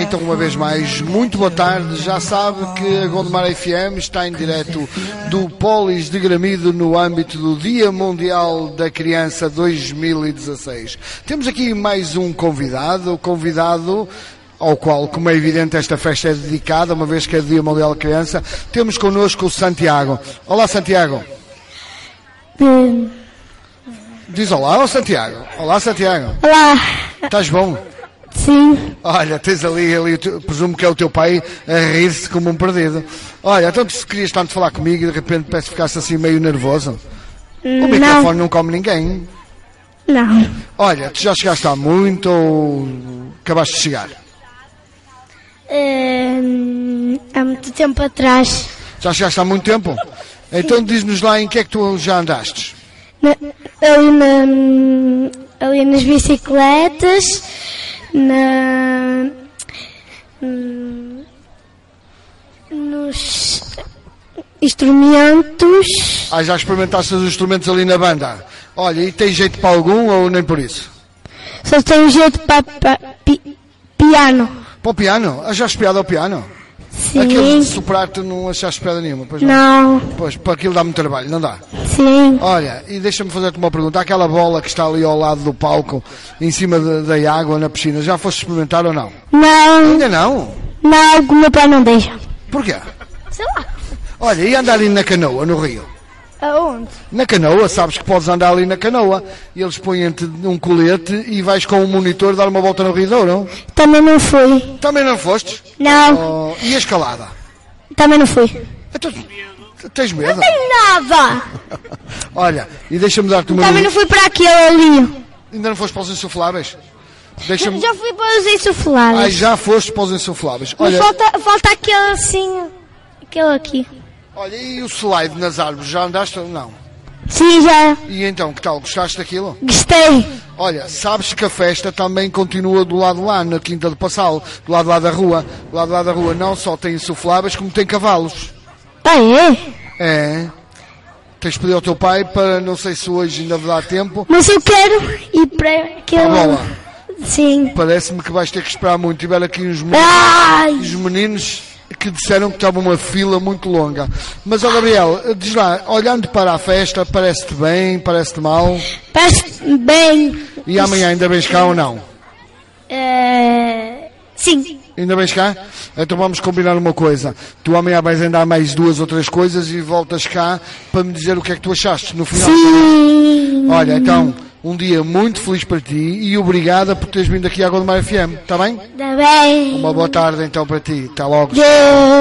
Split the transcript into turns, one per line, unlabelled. Então, uma vez mais, muito boa tarde. Já sabe que a Gondomar FM está em direto do Polis de Gramido no âmbito do Dia Mundial da Criança 2016. Temos aqui mais um convidado, o convidado ao qual, como é evidente, esta festa é dedicada, uma vez que é Dia Mundial da Criança. Temos connosco o Santiago. Olá, Santiago. Diz olá ao Santiago. Olá, Santiago.
Olá,
Estás bom?
sim,
Olha, tens ali, ali o teu- presumo que é o teu pai a rir-se como um perdido. Olha, então tu se querias tanto falar comigo e de repente parece que ficaste assim meio nervoso. O
Hum, não,
microfone não come ninguém.
não,
Olha, tu já chegaste há muito ou acabaste de chegar?
Hum, há muito tempo atrás,
Já chegaste há muito tempo? Então diz-nos lá em que é que tu já andaste.
na- ali, na- ali nas bicicletas, na, hum, nos instrumentos,
Ah, já experimentaste os instrumentos ali na banda. Olha, e tem jeito para algum ou nem por isso?
só tenho jeito para, para pi- piano.
Para o piano? Achaste piada ao piano? Aquele de
Sim,
soprar-te não achaste piada nenhuma, pois não?
não,
Pois, para aquilo dá muito trabalho, não dá?
sim,
Olha, e deixa-me fazer-te uma pergunta. Aquela bola que está ali ao lado do palco, em cima de- da água, na piscina, já foste experimentar ou não?
não,
Ainda não.
não, o meu pai não deixa.
Porquê?
Sei lá.
Olha, e andar ali na canoa, no rio?
Aonde?
Na canoa, sabes que podes andar ali na canoa. E eles põem-te um colete e vais com um monitor dar uma volta no rio, não? não?
Também não fui.
Também não foste?
Não,
Oh, e a escalada?
também não fui.
Então, tens medo?
Nada!
Olha, e deixa-me dar-te uma...
Também não fui para aquele ali.
Ainda não foste para os insufláveis? Deixa-me...
Já fui para os
Ai,
insufláveis.
já foste para os insufláveis.
Mas
Olha,
falta, falta aquele assim. Aquele aqui.
Olha, e o slide nas árvores, já andaste ou não?
Sim, já
E então, que tal, gostaste daquilo?
gostei.
Olha, sabes que a festa também continua do lado lá, na Quinta do Passal, do lado lá da rua. Do lado lá da rua não só tem insufláveis, como tem cavalos.
Ah, é?
É, tens de pedir ao teu pai para, não sei se hoje ainda dá tempo,
Mas eu quero ir para
Para
aquele.
a bola.
Sim.
parece-me que vais ter que esperar muito. Tiver aqui uns meninos,
Ai!
os meninos que disseram que estava uma fila muito longa. Mas, ó Gabriel, diz lá, olhando para a festa, parece-te bem, parece-te mal?
Parece bem.
E amanhã ainda vens cá ou não?
Eh, sim.
Ainda bem cá? Então vamos combinar uma coisa. Tu amanhã vais andar mais duas ou três coisas e voltas cá para me dizer o que é que tu achaste no final.
Sim.
Olha, então, um dia muito feliz para ti e obrigada por teres vindo aqui à Gondomar FM, está tá bem?
Está bem.
Uma boa tarde então para ti. Até logo.
Deus.